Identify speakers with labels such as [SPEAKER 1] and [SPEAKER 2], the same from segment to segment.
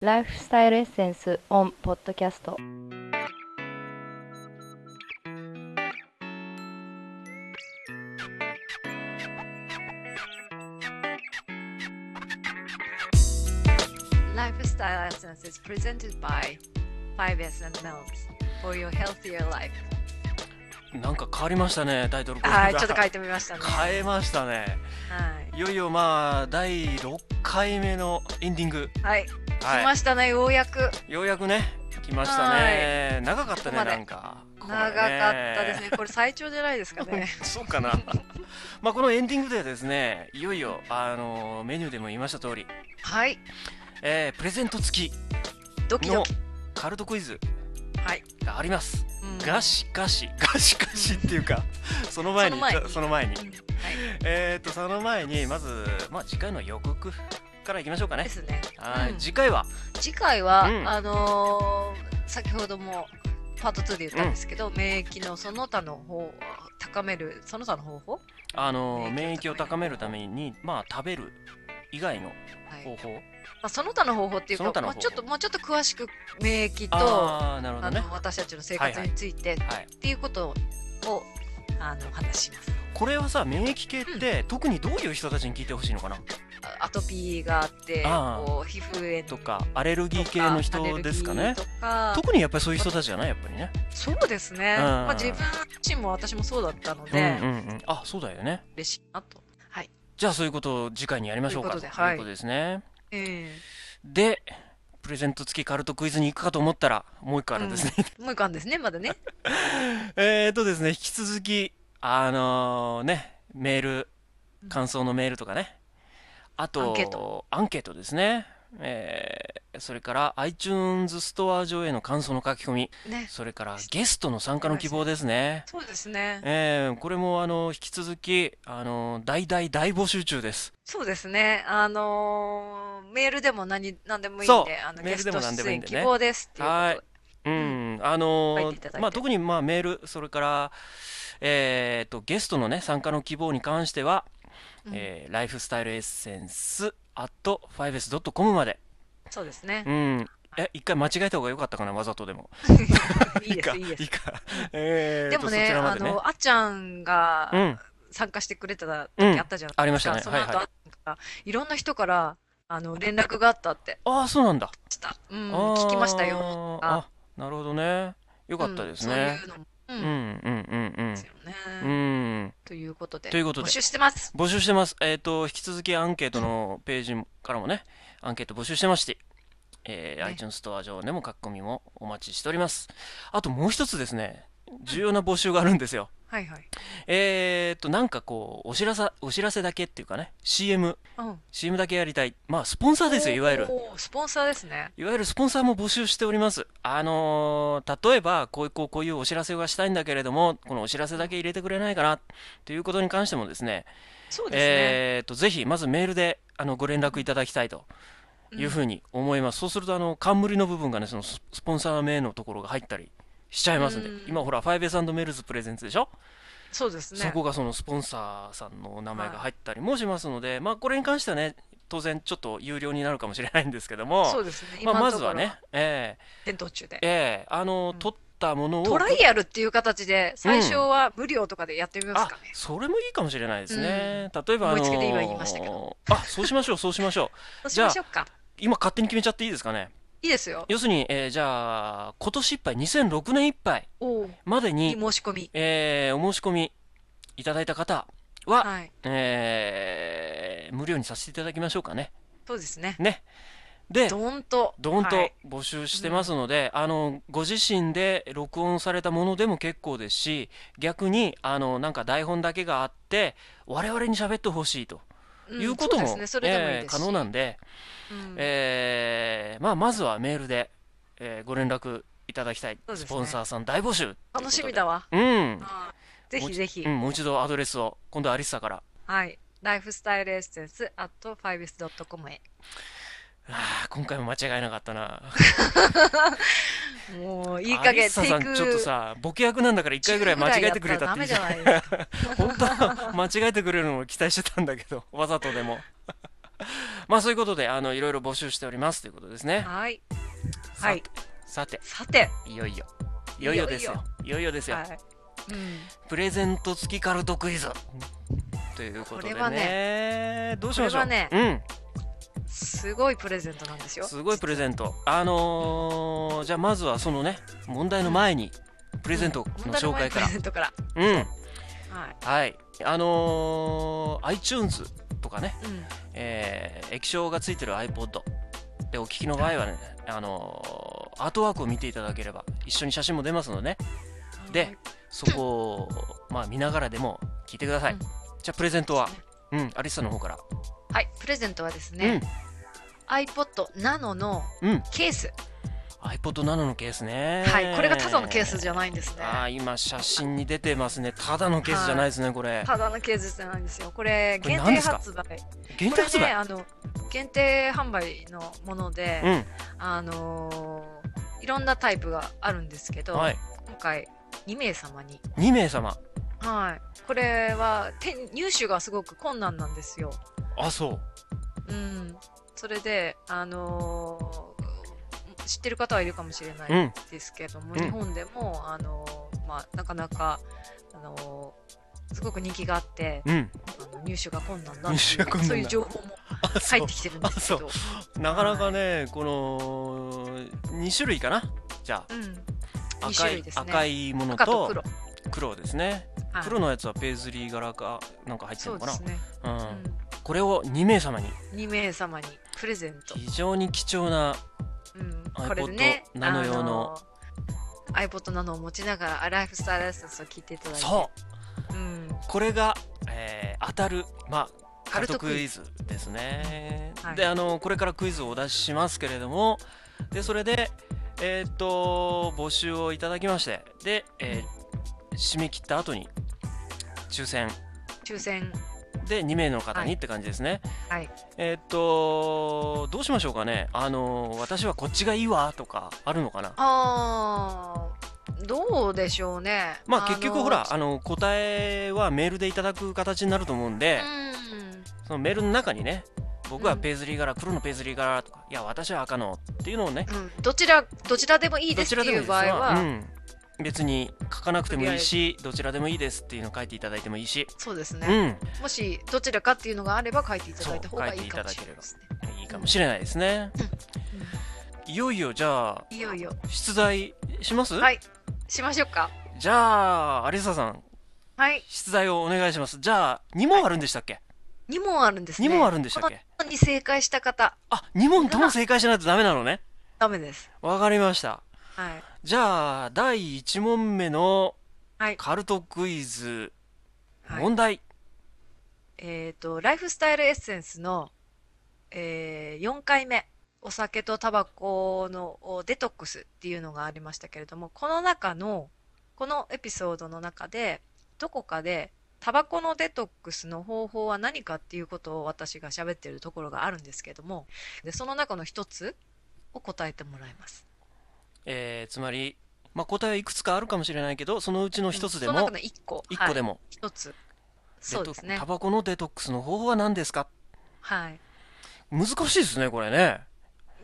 [SPEAKER 1] ライフスタイルエッセンスオンポッドキャスト
[SPEAKER 2] Lifestyle Essence is presented by 5S and Melts for your healthier life.
[SPEAKER 3] なんか変わりましたね、タイトルコールが
[SPEAKER 2] はい、ちょっと書いてみましたね。はい。
[SPEAKER 3] 変えましたね。いよいよまあ、第6回目のエンディング。
[SPEAKER 2] はい。来
[SPEAKER 3] は
[SPEAKER 2] ましたね、ようやく。
[SPEAKER 3] い。ようやくね、来ましたね。長かった
[SPEAKER 2] ここま
[SPEAKER 3] ね、
[SPEAKER 2] で
[SPEAKER 3] なんか。ここま
[SPEAKER 2] 長
[SPEAKER 3] で
[SPEAKER 2] かったですね。これ最長じゃないですかね。
[SPEAKER 3] そうかな。まあ、このエンディングではですね、いよいよ、あの、メニューでも言いました通り、
[SPEAKER 2] はい。
[SPEAKER 3] えープレゼント付き
[SPEAKER 2] ドキド
[SPEAKER 3] の
[SPEAKER 2] キ。
[SPEAKER 3] カルトクイズ
[SPEAKER 2] はい。
[SPEAKER 3] があります。
[SPEAKER 2] うん
[SPEAKER 3] がしかし、がしかしっていうか、その前に、
[SPEAKER 2] その前に
[SPEAKER 3] その前に
[SPEAKER 2] うん。はい。
[SPEAKER 3] えー、とその前にまず、まあ、次回の予告からいきましょうかね
[SPEAKER 2] ですね。
[SPEAKER 3] はい、
[SPEAKER 2] うん
[SPEAKER 3] 次回は
[SPEAKER 2] 次回は、
[SPEAKER 3] うん
[SPEAKER 2] あのー先ほどもパート2で言ったんですけど、免疫のその他の方を高める、その他の方法
[SPEAKER 3] あの
[SPEAKER 2] 免
[SPEAKER 3] 免
[SPEAKER 2] 疫
[SPEAKER 3] 疫
[SPEAKER 2] を
[SPEAKER 3] を
[SPEAKER 2] 高
[SPEAKER 3] 高
[SPEAKER 2] め
[SPEAKER 3] め
[SPEAKER 2] る
[SPEAKER 3] るためにまあ食べる以外の
[SPEAKER 2] はい。
[SPEAKER 3] 方
[SPEAKER 2] ま
[SPEAKER 3] 法
[SPEAKER 2] あ、その他の方法っていう
[SPEAKER 3] その
[SPEAKER 2] か、
[SPEAKER 3] 他の
[SPEAKER 2] も
[SPEAKER 3] 方
[SPEAKER 2] う
[SPEAKER 3] 法
[SPEAKER 2] ちょっと、もうちょっと詳しく免疫と、
[SPEAKER 3] ああなるほ
[SPEAKER 2] あ
[SPEAKER 3] どね
[SPEAKER 2] の私たちの生活についてっ
[SPEAKER 3] はい
[SPEAKER 2] ていうことをあの話します
[SPEAKER 3] これはさ免疫系って、特にどういう人たちに聞いてほしいのかな
[SPEAKER 2] あアトピーがあって
[SPEAKER 3] あー
[SPEAKER 2] こう皮膚炎と
[SPEAKER 3] と
[SPEAKER 2] か
[SPEAKER 3] かアレルギー系の人ですか
[SPEAKER 2] アレル
[SPEAKER 3] ね
[SPEAKER 2] ギーとか
[SPEAKER 3] 特にやっぱりそういう人たちじゃないやっぱりね、
[SPEAKER 2] そうですね、
[SPEAKER 3] うん
[SPEAKER 2] まあ、自分自身も私もそうだったので、
[SPEAKER 3] うんうんうんあそうだよね
[SPEAKER 2] 嬉しいなとはい
[SPEAKER 3] じゃあそういうことを次回にやりましょうか
[SPEAKER 2] ということ
[SPEAKER 3] と
[SPEAKER 2] で
[SPEAKER 3] いう
[SPEAKER 2] はい
[SPEAKER 3] ことですね、
[SPEAKER 2] え
[SPEAKER 3] でプレゼント付きカルトクイズに行くかと思ったらもう一個あるんですね、
[SPEAKER 2] ー、もう一個あるんですねまだ ね
[SPEAKER 3] えーとですね、引き続き、あのね、メール、感想のメールとかね、あと、
[SPEAKER 2] アンケート
[SPEAKER 3] アンケートですね、えーそれから iTunes ストア上への感想の書き込み、
[SPEAKER 2] ね
[SPEAKER 3] それからゲストの参加の希望ですね。
[SPEAKER 2] そうですね
[SPEAKER 3] えーこれもあの引き続き、あの大大大募集中です。
[SPEAKER 2] そうですねあのーメールでも何何でもいいん
[SPEAKER 3] そう
[SPEAKER 2] であの
[SPEAKER 3] メ
[SPEAKER 2] ゲ
[SPEAKER 3] ール
[SPEAKER 2] ス
[SPEAKER 3] で
[SPEAKER 2] ト
[SPEAKER 3] も何で
[SPEAKER 2] 出
[SPEAKER 3] もいい
[SPEAKER 2] 演
[SPEAKER 3] んで
[SPEAKER 2] 希
[SPEAKER 3] ね
[SPEAKER 2] 望ですっていうことで
[SPEAKER 3] はいうん、あの
[SPEAKER 2] 書いていただいて
[SPEAKER 3] まあ、特にまあメール、それから、えーと、ゲストのね、参加の希望に関しては、
[SPEAKER 2] うん
[SPEAKER 3] えーライフスタイルエッセンス at 5s.com まで。
[SPEAKER 2] そうですね
[SPEAKER 3] うん。え、一回間違えた方が良かったかな、わざとでも。
[SPEAKER 2] いいです
[SPEAKER 3] か、
[SPEAKER 2] いいです
[SPEAKER 3] いか。えー
[SPEAKER 2] で
[SPEAKER 3] と
[SPEAKER 2] も
[SPEAKER 3] そ
[SPEAKER 2] ね
[SPEAKER 3] ちらま
[SPEAKER 2] あ
[SPEAKER 3] でね。
[SPEAKER 2] のあっちゃんが、
[SPEAKER 3] うん。
[SPEAKER 2] 参加してくれた
[SPEAKER 3] うん
[SPEAKER 2] 時あったじゃん。
[SPEAKER 3] ありましたね
[SPEAKER 2] その後、
[SPEAKER 3] はいはい
[SPEAKER 2] あったからいろんな人から、あの、連絡があったって。
[SPEAKER 3] ああ、そうなんだ。
[SPEAKER 2] したうん、
[SPEAKER 3] あー
[SPEAKER 2] 聞きましたよ。
[SPEAKER 3] あ、なるほどね。良かったですね。
[SPEAKER 2] うんそういうのも。う。
[SPEAKER 3] うんん、うん、うん、
[SPEAKER 2] ですよね、
[SPEAKER 3] うん。うん。
[SPEAKER 2] ということで。
[SPEAKER 3] ということで
[SPEAKER 2] 募集してます。
[SPEAKER 3] 募集してます。えっ、と、引き続きアンケートのページからもね、アンケート募集してまして、え
[SPEAKER 2] ね
[SPEAKER 3] ー iTunes ストア上でも書き込みもお待ちしております。あともう一つですね、重要な募集があるんですよ。
[SPEAKER 2] はいはい。
[SPEAKER 3] えっと、なんかこう、お知らせ、お知らせだけっていうかね、CM、
[SPEAKER 2] うん。
[SPEAKER 3] CM だけやりたい。まあ、スポンサーですよ、いわゆる。
[SPEAKER 2] おー。スポンサーですね。
[SPEAKER 3] いわゆるスポンサーも募集しております。あのー例えば、こういう、こうこういうお知らせがしたいんだけれども、このお知らせだけ入れてくれないかな、ということに関してもですね、
[SPEAKER 2] そうですね。
[SPEAKER 3] えー、とぜひまずメールであのご連絡いただきたいというふうに思います、そうするとあの冠の部分がねそのススポンサー名のところが入ったりしちゃいますんで、
[SPEAKER 2] うん
[SPEAKER 3] 今ほら 5S& メルズプレゼンツでしょ、
[SPEAKER 2] そうですね。
[SPEAKER 3] そこがそのスポンサーさんのお名前が入ったりもしますので、まあこれに関してはね当然ちょっと有料になるかもしれないんですけども
[SPEAKER 2] そうですね。
[SPEAKER 3] まあ、
[SPEAKER 2] 今の
[SPEAKER 3] ま
[SPEAKER 2] と
[SPEAKER 3] ず
[SPEAKER 2] ころ
[SPEAKER 3] はね。、え
[SPEAKER 2] 検討中で
[SPEAKER 3] え。ええあの、
[SPEAKER 2] うん
[SPEAKER 3] 取ったものを
[SPEAKER 2] トライアルっていう形で、最初は無料とかでやってみます
[SPEAKER 3] あ
[SPEAKER 2] かね。
[SPEAKER 3] それもいいかもしれないですね、例えばあの
[SPEAKER 2] 思いつきで今言いましたけど
[SPEAKER 3] あそうしましょうそうしましょう
[SPEAKER 2] そうしましょうか。
[SPEAKER 3] 今勝手に決めちゃっていいですかね
[SPEAKER 2] いいですよ。
[SPEAKER 3] 要するに、えーじゃあ今年いっぱい2006年いっぱい
[SPEAKER 2] おー
[SPEAKER 3] まで
[SPEAKER 2] に
[SPEAKER 3] に、
[SPEAKER 2] 申し込み。
[SPEAKER 3] えーお申し込みいただいた方は、
[SPEAKER 2] はい。
[SPEAKER 3] えー無料にさせていただきましょうかね
[SPEAKER 2] そうですね。
[SPEAKER 3] ねで
[SPEAKER 2] どーンと。
[SPEAKER 3] どーん
[SPEAKER 2] は
[SPEAKER 3] と
[SPEAKER 2] い
[SPEAKER 3] 募集してますので、あのご自身で録音されたものでも結構ですし逆にあのなんか台本だけがあって我々に喋ってほしいと
[SPEAKER 2] うん
[SPEAKER 3] いうことも,、
[SPEAKER 2] そうですね。それでもいい
[SPEAKER 3] えー
[SPEAKER 2] ですし。
[SPEAKER 3] 可能なんで、
[SPEAKER 2] うん
[SPEAKER 3] えーまあ、まずはメールで、えーご連絡いただきたい、
[SPEAKER 2] そうです
[SPEAKER 3] ス
[SPEAKER 2] ね
[SPEAKER 3] ポンサーさん大募集
[SPEAKER 2] 楽しみだ
[SPEAKER 3] わ
[SPEAKER 2] わ。
[SPEAKER 3] うん、
[SPEAKER 2] あーぜひぜひ
[SPEAKER 3] う。ん、もう一度アドレスを今度はアリッサから
[SPEAKER 2] はい。ライフスタイルエッセンス at 5s.com へ。
[SPEAKER 3] あー今回も間違えなかったな
[SPEAKER 2] もう、いい
[SPEAKER 3] ア
[SPEAKER 2] 加
[SPEAKER 3] リッ
[SPEAKER 2] 減、
[SPEAKER 3] サ
[SPEAKER 2] テイ
[SPEAKER 3] さん
[SPEAKER 2] ク。
[SPEAKER 3] ちょっとさボケ役なんだから一回ぐらい間違えてくれたっていいじゃん
[SPEAKER 2] 10ぐらいやったらダメじゃないですか。
[SPEAKER 3] 本当は間違えてくれるのを期待してたんだけどわざとでも まあそういうことで、あの、いろいろ募集しておりますと いうことですね。
[SPEAKER 2] はい。はい。
[SPEAKER 3] さて、
[SPEAKER 2] さて、
[SPEAKER 3] いよいよ。いよいよですよ。いよいよですよ。
[SPEAKER 2] はい。うん。
[SPEAKER 3] プレゼント付きカルトクイズ。ということで
[SPEAKER 2] これは
[SPEAKER 3] ね。どうしましょう。
[SPEAKER 2] これはね
[SPEAKER 3] うん。
[SPEAKER 2] すごいプレゼントなんですよ。
[SPEAKER 3] すごいプレゼント。あのー、じゃあまずはそのね、問題の前に、プレゼントの紹介から
[SPEAKER 2] プレ。ゼントから。
[SPEAKER 3] うん。
[SPEAKER 2] はい。
[SPEAKER 3] はい。あのー、iTunes とかね、
[SPEAKER 2] うん。
[SPEAKER 3] えー液晶がついてる iPod でお聞きの場合はね、あのーアートワークを見ていただければ一緒に写真も出ますので、ね、でそこを、まあ、見ながらでも聞いてください、
[SPEAKER 2] うん
[SPEAKER 3] じゃあプレゼントは、うん、アリスさんの方から、
[SPEAKER 2] はい、プレゼントはですね、iPod Nano の
[SPEAKER 3] うん、うん、
[SPEAKER 2] ケース。
[SPEAKER 3] iPod ナノのケースね
[SPEAKER 2] はい、これがただのケースじゃないんですね。
[SPEAKER 3] あー今写真に出てますねただのケースじゃないですねこれ
[SPEAKER 2] ただのケースじゃないんですよ。これ
[SPEAKER 3] これ
[SPEAKER 2] 限
[SPEAKER 3] 何
[SPEAKER 2] 定
[SPEAKER 3] ですか
[SPEAKER 2] 発売。
[SPEAKER 3] 限定発
[SPEAKER 2] これね、
[SPEAKER 3] 売、
[SPEAKER 2] あの限定販売のもので、あのーいろんなタイプがあるんですけ
[SPEAKER 3] う
[SPEAKER 2] ど、
[SPEAKER 3] んはい
[SPEAKER 2] 今回2名様に。
[SPEAKER 3] 2名様
[SPEAKER 2] はい。これは手入手がすごく困難なんですよ。
[SPEAKER 3] あそう
[SPEAKER 2] うん。それで、あのー知ってる方はいるかもしれな
[SPEAKER 3] う
[SPEAKER 2] い
[SPEAKER 3] ん
[SPEAKER 2] ですけども、
[SPEAKER 3] うん
[SPEAKER 2] 日本でも、あのーまあ、なかなか、あのーすごく人気があって、
[SPEAKER 3] うん
[SPEAKER 2] あの入手が困難だって
[SPEAKER 3] 入手が
[SPEAKER 2] い
[SPEAKER 3] 困
[SPEAKER 2] う、
[SPEAKER 3] 難だ
[SPEAKER 2] そういう情報も
[SPEAKER 3] あそう
[SPEAKER 2] 入ってきてるんですけど。
[SPEAKER 3] なかなかね、この2種類かなじゃ
[SPEAKER 2] うん。二
[SPEAKER 3] あ赤
[SPEAKER 2] 種
[SPEAKER 3] い,、
[SPEAKER 2] 類ですね
[SPEAKER 3] 赤いもの
[SPEAKER 2] 赤と
[SPEAKER 3] と
[SPEAKER 2] 黒。
[SPEAKER 3] 黒ですね、
[SPEAKER 2] はい
[SPEAKER 3] 黒のやつはペーズリー柄かなんか入ってる
[SPEAKER 2] そう
[SPEAKER 3] のか
[SPEAKER 2] で
[SPEAKER 3] な
[SPEAKER 2] すね。
[SPEAKER 3] う
[SPEAKER 2] うんん。
[SPEAKER 3] これを2名様に
[SPEAKER 2] 2名様にプレゼント。
[SPEAKER 3] 非常に貴重な
[SPEAKER 2] うん、
[SPEAKER 3] iPod
[SPEAKER 2] これでね、
[SPEAKER 3] ナノ用の
[SPEAKER 2] あの iPod ナノを持ちながら、ライフスタイルエッセンスを聞いていただいて、
[SPEAKER 3] そう
[SPEAKER 2] う、ん、
[SPEAKER 3] これが、えー当たるまあカ
[SPEAKER 2] カル
[SPEAKER 3] ルト
[SPEAKER 2] ト
[SPEAKER 3] ク
[SPEAKER 2] ク
[SPEAKER 3] イ
[SPEAKER 2] イ
[SPEAKER 3] ズですね、
[SPEAKER 2] はい
[SPEAKER 3] であのこれからクイズをお出ししますけれどもでそれでえーっと募集をいただきましてで、えー締め切った後に抽選
[SPEAKER 2] 抽選、
[SPEAKER 3] で2名の方
[SPEAKER 2] は
[SPEAKER 3] に
[SPEAKER 2] い
[SPEAKER 3] って感じですね、
[SPEAKER 2] はい
[SPEAKER 3] えーっとどうしましょうかねあの私はこっちがいいわとかあるのかな
[SPEAKER 2] あーどうでしょうね。
[SPEAKER 3] まあ
[SPEAKER 2] の
[SPEAKER 3] 結局ほらあの答えはメールでいただく形になると思うんで、
[SPEAKER 2] うん、
[SPEAKER 3] そのメールの中にね僕は
[SPEAKER 2] うん
[SPEAKER 3] ペーズリー柄黒のペーズリー柄とかいや私は赤のっていうのをね
[SPEAKER 2] うん、どちら、どちらでもいい
[SPEAKER 3] ど
[SPEAKER 2] です
[SPEAKER 3] ち
[SPEAKER 2] って
[SPEAKER 3] らでも
[SPEAKER 2] い
[SPEAKER 3] いいうです
[SPEAKER 2] 場合は、
[SPEAKER 3] うん、別に書かなくてもいいしどちらでもいいですっていうのを書いていただいてもいいし、
[SPEAKER 2] そうです
[SPEAKER 3] う
[SPEAKER 2] ね、
[SPEAKER 3] ん
[SPEAKER 2] もしどちらかっていうのがあれば書いていただいた方が
[SPEAKER 3] そう
[SPEAKER 2] い
[SPEAKER 3] 書いて
[SPEAKER 2] い
[SPEAKER 3] い
[SPEAKER 2] か
[SPEAKER 3] た
[SPEAKER 2] も
[SPEAKER 3] だ
[SPEAKER 2] し
[SPEAKER 3] け
[SPEAKER 2] れない
[SPEAKER 3] れば
[SPEAKER 2] ですね。
[SPEAKER 3] いいかもしれないですね、いよいよじゃあ
[SPEAKER 2] うんいよいよ、
[SPEAKER 3] 出題します、
[SPEAKER 2] はいしましょうか。
[SPEAKER 3] じゃあアリサさん
[SPEAKER 2] はい、
[SPEAKER 3] 出題をお願いしますじゃあ2問あるんでしたっけ、
[SPEAKER 2] 2問あるんですね。
[SPEAKER 3] 2問あるんでしたっけ
[SPEAKER 2] この2問に正解した方、
[SPEAKER 3] あ2問とも正解しないとダメな のね
[SPEAKER 2] ダメです。
[SPEAKER 3] わかりました
[SPEAKER 2] はい。
[SPEAKER 3] じゃあ第1問目の
[SPEAKER 2] はい
[SPEAKER 3] カルトクイズ
[SPEAKER 2] はい
[SPEAKER 3] 問題、
[SPEAKER 2] えーと、ライフスタイルエッセンスの、え4回目、お酒とタバコのおデトックスっていうのがありましたけれども、この中の、このエピソードの中で、どこかで、タバコのデトックスの方法は何かっていうことを私が喋ってるところがあるんですけども、で、その中の一つを答えてもらいます。
[SPEAKER 3] えーつまり、まあ、答えはいくつかあるかもしれないけどそのうちの一つで
[SPEAKER 2] その
[SPEAKER 3] も
[SPEAKER 2] 中の一個、
[SPEAKER 3] 一
[SPEAKER 2] はい
[SPEAKER 3] 個でも、
[SPEAKER 2] 一つ。
[SPEAKER 3] デ
[SPEAKER 2] そう
[SPEAKER 3] ト
[SPEAKER 2] ですね
[SPEAKER 3] タ。バコのデトックスの方法は何ですか
[SPEAKER 2] はい。
[SPEAKER 3] 難しいですねこれね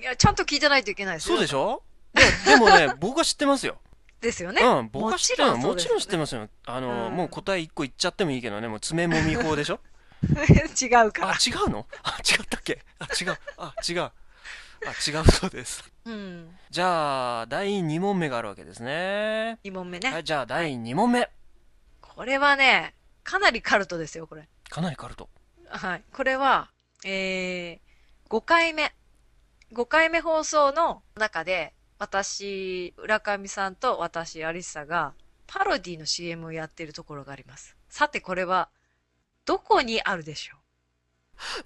[SPEAKER 2] いや、ちゃんと聞いてないといけないです
[SPEAKER 3] そうでし
[SPEAKER 2] ょ
[SPEAKER 3] ょででもね 僕は知ってますよ、
[SPEAKER 2] です よね。
[SPEAKER 3] うん僕は知ってるも
[SPEAKER 2] も
[SPEAKER 3] ち
[SPEAKER 2] ち
[SPEAKER 3] ろ
[SPEAKER 2] ろ
[SPEAKER 3] ん
[SPEAKER 2] ん
[SPEAKER 3] 知
[SPEAKER 2] そうですよね
[SPEAKER 3] ってますよあの、
[SPEAKER 2] うん
[SPEAKER 3] もう答え1個言っちゃってもいいけどねもう爪もみ法でしょ
[SPEAKER 2] 違うから
[SPEAKER 3] あ。違うの あ違ったっけあ違うあ違うあ違うそうです
[SPEAKER 2] うん、
[SPEAKER 3] じゃあ第2問目があるわけですね。
[SPEAKER 2] 2問目ね、
[SPEAKER 3] はい、じゃあ第2問目。
[SPEAKER 2] これはね、かなりカルトですよ、これ。
[SPEAKER 3] かなりカルト。
[SPEAKER 2] はい。これは、えー、5回目。5回目放送の中で、私、浦上さんと私、アリッサが、パロディの CM をやっているところがあります。さて、これは、どこにあるでしょ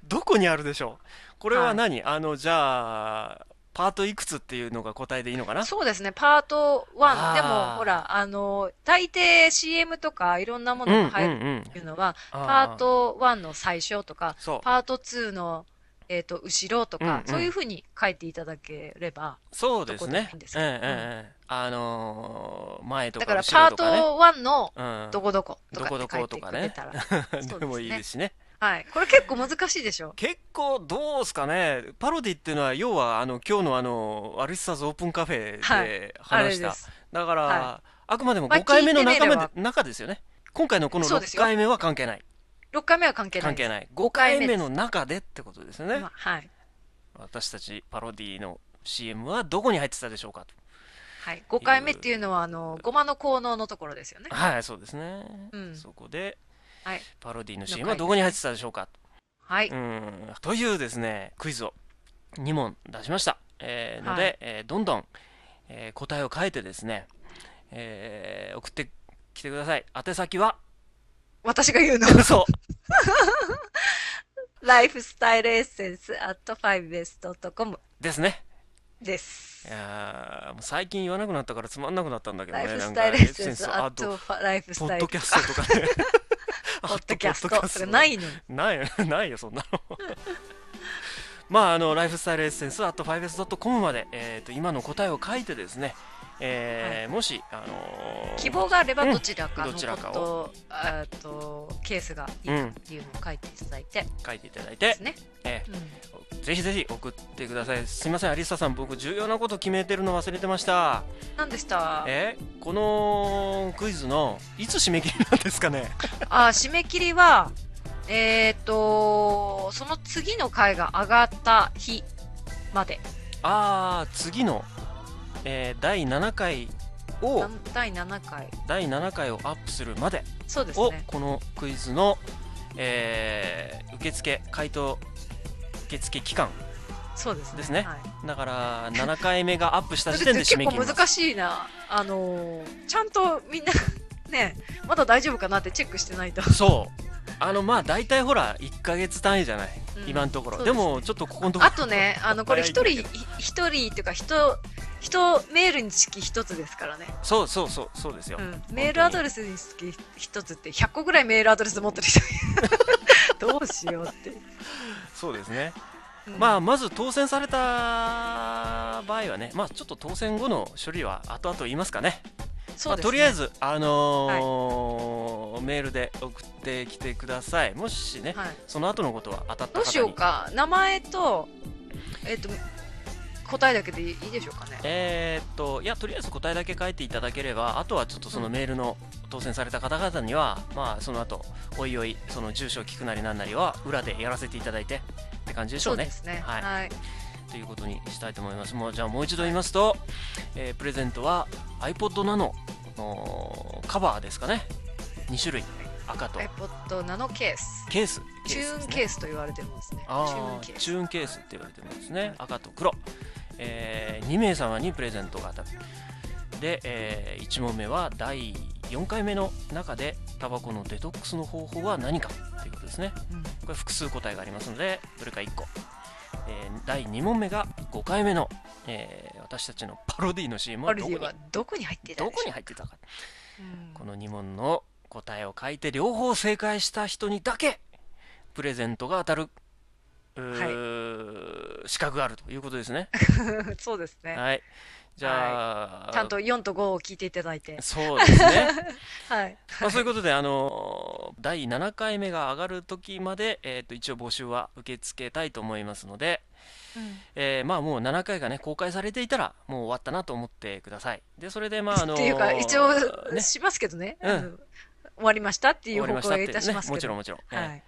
[SPEAKER 3] どこにあるでしょうこれ
[SPEAKER 2] は
[SPEAKER 3] はい何、あの、じゃあ、パートいくつっていうのが答えでいいのかな
[SPEAKER 2] うそうですね、パート1。で
[SPEAKER 3] あー
[SPEAKER 2] も、ほら、あの、大抵 CM とかいろんなも
[SPEAKER 3] うん
[SPEAKER 2] の
[SPEAKER 3] うん
[SPEAKER 2] が入る
[SPEAKER 3] うん。
[SPEAKER 2] っていうのは、
[SPEAKER 3] あ
[SPEAKER 2] パー。ト1の最初とか、
[SPEAKER 3] そう。
[SPEAKER 2] パート2の、えー、と後ろとか、
[SPEAKER 3] うんうん
[SPEAKER 2] そういうふうに書いていただければ
[SPEAKER 3] そうで
[SPEAKER 2] どこ
[SPEAKER 3] すね
[SPEAKER 2] でもいいんで。す
[SPEAKER 3] うん
[SPEAKER 2] け
[SPEAKER 3] う
[SPEAKER 2] ど
[SPEAKER 3] んうん。あのー、前と
[SPEAKER 2] だ
[SPEAKER 3] か
[SPEAKER 2] から
[SPEAKER 3] 後
[SPEAKER 2] パ
[SPEAKER 3] ろ
[SPEAKER 2] ー
[SPEAKER 3] と
[SPEAKER 2] ト1
[SPEAKER 3] かね。
[SPEAKER 2] の
[SPEAKER 3] うん。
[SPEAKER 2] どこどことかって
[SPEAKER 3] どこど
[SPEAKER 2] 書
[SPEAKER 3] こ
[SPEAKER 2] い
[SPEAKER 3] と
[SPEAKER 2] て
[SPEAKER 3] か
[SPEAKER 2] く
[SPEAKER 3] ね
[SPEAKER 2] れたら、
[SPEAKER 3] でもいいですしね。
[SPEAKER 2] はい。これ結構難しいでしょ
[SPEAKER 3] 結構どうすかね、パロディっていうのは、要はあの今日のあのアルシサーズオープンカフェで
[SPEAKER 2] あれ
[SPEAKER 3] 話し
[SPEAKER 2] で
[SPEAKER 3] た、
[SPEAKER 2] す。
[SPEAKER 3] だから、
[SPEAKER 2] は
[SPEAKER 3] あくまでも
[SPEAKER 2] まあ
[SPEAKER 3] 5回目の
[SPEAKER 2] 聞いて
[SPEAKER 3] 中
[SPEAKER 2] みれ
[SPEAKER 3] ま
[SPEAKER 2] ば
[SPEAKER 3] で中ですよね、今回のこの
[SPEAKER 2] そうです
[SPEAKER 3] 6
[SPEAKER 2] よ
[SPEAKER 3] 回目は関係ない、
[SPEAKER 2] 6回目は関係ない
[SPEAKER 3] 関
[SPEAKER 2] で
[SPEAKER 3] 係
[SPEAKER 2] す。
[SPEAKER 3] ない、5
[SPEAKER 2] 回
[SPEAKER 3] 回
[SPEAKER 2] 目
[SPEAKER 3] 目
[SPEAKER 2] です
[SPEAKER 3] の中でってことですよね
[SPEAKER 2] まあ、、はい。
[SPEAKER 3] 私たちパロディの CM はどこに入ってたでしょうかと、
[SPEAKER 2] はい。5回目っていうのは、あの、ごまの効能のところですよね。
[SPEAKER 3] はい、そうですね、
[SPEAKER 2] うん
[SPEAKER 3] そこで
[SPEAKER 2] はい
[SPEAKER 3] パロディの CM はどこに入ってたでしょうか
[SPEAKER 2] はい。
[SPEAKER 3] うんというですねクイズを2問出しました、えーので、
[SPEAKER 2] はい
[SPEAKER 3] えーどんどん、えー答えを書いてですね、えー送ってきてください宛 先は
[SPEAKER 2] 私が言うの。
[SPEAKER 3] 嘘
[SPEAKER 2] ライフスタイルエッセンス at 5best.com
[SPEAKER 3] ですね
[SPEAKER 2] です
[SPEAKER 3] い。やーもう最近言わなくなったからつまんなくなったんだけど
[SPEAKER 2] ラ
[SPEAKER 3] ね
[SPEAKER 2] イフ
[SPEAKER 3] なん
[SPEAKER 2] ス
[SPEAKER 3] か
[SPEAKER 2] タイルエッセンス
[SPEAKER 3] エ
[SPEAKER 2] at
[SPEAKER 3] あと
[SPEAKER 2] ライフス
[SPEAKER 3] ポ
[SPEAKER 2] タ
[SPEAKER 3] ッ
[SPEAKER 2] イ
[SPEAKER 3] ド
[SPEAKER 2] ル。
[SPEAKER 3] キャストとかね
[SPEAKER 2] ポッドキャス
[SPEAKER 3] あとポッドキャ
[SPEAKER 2] ト。それないのに。
[SPEAKER 3] ないよ ないよそんなのまああのライフスタイルエッセンス at 5s.com まで、えー、と今の答えを書いてですね、えーもし、あのー
[SPEAKER 2] 希望があればどちらかの
[SPEAKER 3] うん
[SPEAKER 2] こ
[SPEAKER 3] どちらか
[SPEAKER 2] と、えっと、ケースがいい
[SPEAKER 3] うん
[SPEAKER 2] っていうのを書いていただいてで
[SPEAKER 3] 書いていただいて
[SPEAKER 2] す、ね。
[SPEAKER 3] え
[SPEAKER 2] うん
[SPEAKER 3] ーぜひぜひ送ってくださいすいませんアリサさん僕重要なこと決めてるの忘れてました
[SPEAKER 2] 何でした
[SPEAKER 3] えーこのクイズのいつ締め切りなんです かね
[SPEAKER 2] あ締め切りは、えっ、と、その次の回が上がった日まで、
[SPEAKER 3] ああ次の、えー第7回を
[SPEAKER 2] 第7回、
[SPEAKER 3] 第7回をアップするまで
[SPEAKER 2] そうです
[SPEAKER 3] を
[SPEAKER 2] ね。
[SPEAKER 3] このクイズの、えー受付回答受付期間
[SPEAKER 2] そうですね。
[SPEAKER 3] ですね
[SPEAKER 2] はい、
[SPEAKER 3] だから7回目がアップした時
[SPEAKER 2] それ
[SPEAKER 3] 点
[SPEAKER 2] っ
[SPEAKER 3] で
[SPEAKER 2] て 結
[SPEAKER 3] 締め
[SPEAKER 2] 構
[SPEAKER 3] 切ります
[SPEAKER 2] 難しいな。あのーちゃんとみんな、ね、まだ大丈夫かなってチェックしてないと。
[SPEAKER 3] そうあのまあ大体ほら1か月単位じゃない、
[SPEAKER 2] うん
[SPEAKER 3] 今のところ
[SPEAKER 2] そ
[SPEAKER 3] で,、
[SPEAKER 2] うですね
[SPEAKER 3] もちょっとここのとこ
[SPEAKER 2] あ
[SPEAKER 3] ろ
[SPEAKER 2] とね、あの、これ一人、
[SPEAKER 3] 早いん
[SPEAKER 2] い一人っていうか、人、人メールにつき一つですからね。
[SPEAKER 3] そうそうそうそうですよ、
[SPEAKER 2] うん。メールアドレスにつき一つって、100個ぐらいメールアドレス持ってる人。 どうしようって。
[SPEAKER 3] そうですね、
[SPEAKER 2] うん
[SPEAKER 3] まあまず当選された場合はねまあちょっと当選後の処理は後々言いますかね
[SPEAKER 2] そう
[SPEAKER 3] まあ
[SPEAKER 2] ですね
[SPEAKER 3] とりあえず、あのーメールで送ってきてくださいもしね、
[SPEAKER 2] はい、
[SPEAKER 3] その後のことは当たっ
[SPEAKER 2] ど
[SPEAKER 3] た方に
[SPEAKER 2] うしようか名前と,、えっと答えだけでいいでしょうかね
[SPEAKER 3] えーっといやとりあえず答えだけ書いていただければあとはちょっとそのメールの当選された方々には、まあその後おいおいその住所を聞くなりなんなりは裏でやらせていただいてって感じでしょうね
[SPEAKER 2] ですねは、
[SPEAKER 3] はいいということにしたいと思いますもうじゃあもう一度言いますと、えープレゼントは iPod ナノのカバーですかね2種類赤と
[SPEAKER 2] iPod ナノケース
[SPEAKER 3] ケース
[SPEAKER 2] チューン
[SPEAKER 3] ですね
[SPEAKER 2] ケースと言われてますねチュー
[SPEAKER 3] あ
[SPEAKER 2] ン
[SPEAKER 3] あ
[SPEAKER 2] ケース
[SPEAKER 3] チューンケースって言われてますね赤と黒、え2名様にプレゼントが当たるで、え1問目は第4回目の中でタバコのデトックスの方法は何かということですね
[SPEAKER 2] うん
[SPEAKER 3] これ複数答えがありますのでどれか1個、えー第2問目が5回目の、えー私たちのパロディの CM
[SPEAKER 2] パ
[SPEAKER 3] は
[SPEAKER 2] ル
[SPEAKER 3] ど
[SPEAKER 2] デ
[SPEAKER 3] こに
[SPEAKER 2] ィはどこに入っていた
[SPEAKER 3] ど
[SPEAKER 2] でしょ
[SPEAKER 3] こ
[SPEAKER 2] う
[SPEAKER 3] に入ってたか
[SPEAKER 2] うん
[SPEAKER 3] この2問の答えを書いて両方正解した人にだけプレゼントが当たる、うー資格があるということですね。
[SPEAKER 2] そうですね、
[SPEAKER 3] はい。じゃあ、
[SPEAKER 2] ちゃんと4と5を聞いていただいて
[SPEAKER 3] そうですね。
[SPEAKER 2] はい
[SPEAKER 3] まあ、そういうことで、あのー第7回目が上がる時まで、えーと一応募集は受け付けたいと思いますので、えーまあもう7回がね公開されていたらもう終わったなと思ってください。でそれでまああのー
[SPEAKER 2] っていうか一応
[SPEAKER 3] ね
[SPEAKER 2] しますけどね、
[SPEAKER 3] うん
[SPEAKER 2] あの終わりましたってい
[SPEAKER 3] 終
[SPEAKER 2] う
[SPEAKER 3] わり
[SPEAKER 2] 報
[SPEAKER 3] まし
[SPEAKER 2] 告
[SPEAKER 3] た
[SPEAKER 2] を
[SPEAKER 3] って
[SPEAKER 2] い
[SPEAKER 3] いう
[SPEAKER 2] たし
[SPEAKER 3] ね
[SPEAKER 2] ま。すけ
[SPEAKER 3] もちろ
[SPEAKER 2] ど
[SPEAKER 3] んもちろん。えー
[SPEAKER 2] はい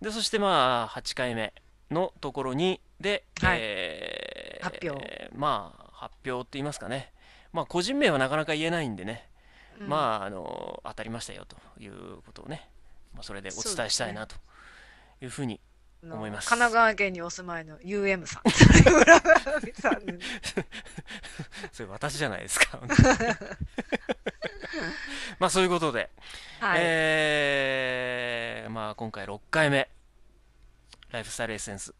[SPEAKER 3] でそしてまあ8回目のところにで、
[SPEAKER 2] はい
[SPEAKER 3] えー
[SPEAKER 2] 発表
[SPEAKER 3] まあ発表って言いますかねまあ個人名はなかなか言えないんでね、
[SPEAKER 2] うん
[SPEAKER 3] まああの当たりましたよということをね、まあ、それでお伝えしたいなというふう に
[SPEAKER 2] あの
[SPEAKER 3] 思います
[SPEAKER 2] 神奈川県にお住まいの UM さん。さんね
[SPEAKER 3] それ私じゃないです か まあそういうことで、
[SPEAKER 2] はい、
[SPEAKER 3] えーまあ今回6回目ライフスタイルエッセンス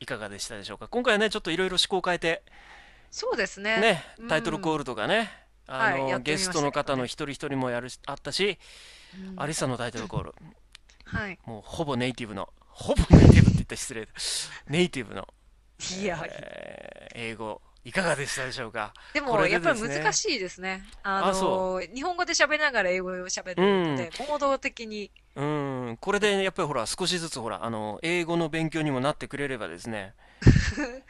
[SPEAKER 3] いかがでしたでしょうか今回はねちょっといろいろ思考を変えて
[SPEAKER 2] そうですね。
[SPEAKER 3] ね
[SPEAKER 2] うん、
[SPEAKER 3] タイトルコールとかね、あ
[SPEAKER 2] はいや
[SPEAKER 3] の
[SPEAKER 2] ってみ
[SPEAKER 3] ゲ
[SPEAKER 2] まし
[SPEAKER 3] ス
[SPEAKER 2] たけどね
[SPEAKER 3] トの方の一人一人もやるしあったし、
[SPEAKER 2] うん
[SPEAKER 3] アリサのタイトルコール、
[SPEAKER 2] はい。
[SPEAKER 3] もうほぼネイティブの、ほぼネイティブって言ったら失礼だ、ネイティブの、
[SPEAKER 2] いや、
[SPEAKER 3] えー英語、いかがでしたでしょうか。
[SPEAKER 2] で
[SPEAKER 3] こ
[SPEAKER 2] も
[SPEAKER 3] れ
[SPEAKER 2] や
[SPEAKER 3] で
[SPEAKER 2] っぱり
[SPEAKER 3] ですね
[SPEAKER 2] 難しいですね。あの
[SPEAKER 3] あそ
[SPEAKER 2] 日本語で喋りながら英語を喋るので、
[SPEAKER 3] う
[SPEAKER 2] 行動的に
[SPEAKER 3] うん、うん、これでやっぱりほら少しずつほらあの英語の勉強にもなってくれればです ね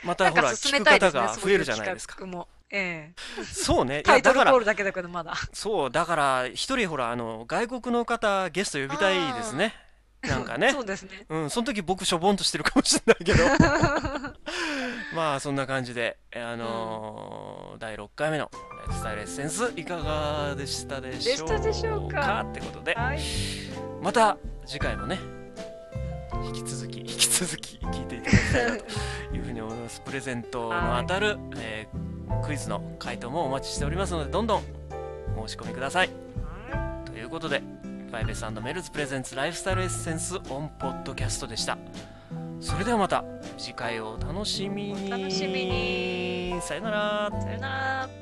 [SPEAKER 3] また
[SPEAKER 2] なん
[SPEAKER 3] ほら
[SPEAKER 2] か進
[SPEAKER 3] 聞
[SPEAKER 2] め
[SPEAKER 3] く
[SPEAKER 2] たいで
[SPEAKER 3] 方
[SPEAKER 2] すね
[SPEAKER 3] が。増えるじゃないですか
[SPEAKER 2] そうう企画も。ええ。
[SPEAKER 3] そうねい
[SPEAKER 2] タ
[SPEAKER 3] や
[SPEAKER 2] イト
[SPEAKER 3] だ
[SPEAKER 2] ル
[SPEAKER 3] か
[SPEAKER 2] コ
[SPEAKER 3] ら
[SPEAKER 2] ールだけだけど、まだ。
[SPEAKER 3] そうだから一人ほらあの外国の方ゲスト呼びたいですねなんかね
[SPEAKER 2] そうですね。
[SPEAKER 3] うんその時僕しょぼんとしてるかもしれない けどまあそんな感じでえあのー第6回目の「ライフスタイルエッセンス」いかがでしたでしょうか
[SPEAKER 2] でしたでしょうか
[SPEAKER 3] ってことで
[SPEAKER 2] はい。
[SPEAKER 3] また次回もね引き続き引き続き聞いていた だきたいなというふうに思いますプレゼントの当たる、えークイズの回答もお待ちしておりますのでどんどんお申し込みくださいということでバイベスメルズプレゼンツライフスタイルエッセンスオンポッドキャストでしたそれではまた次回をお楽しみに
[SPEAKER 2] お楽しみに
[SPEAKER 3] さよなら
[SPEAKER 2] さよなら。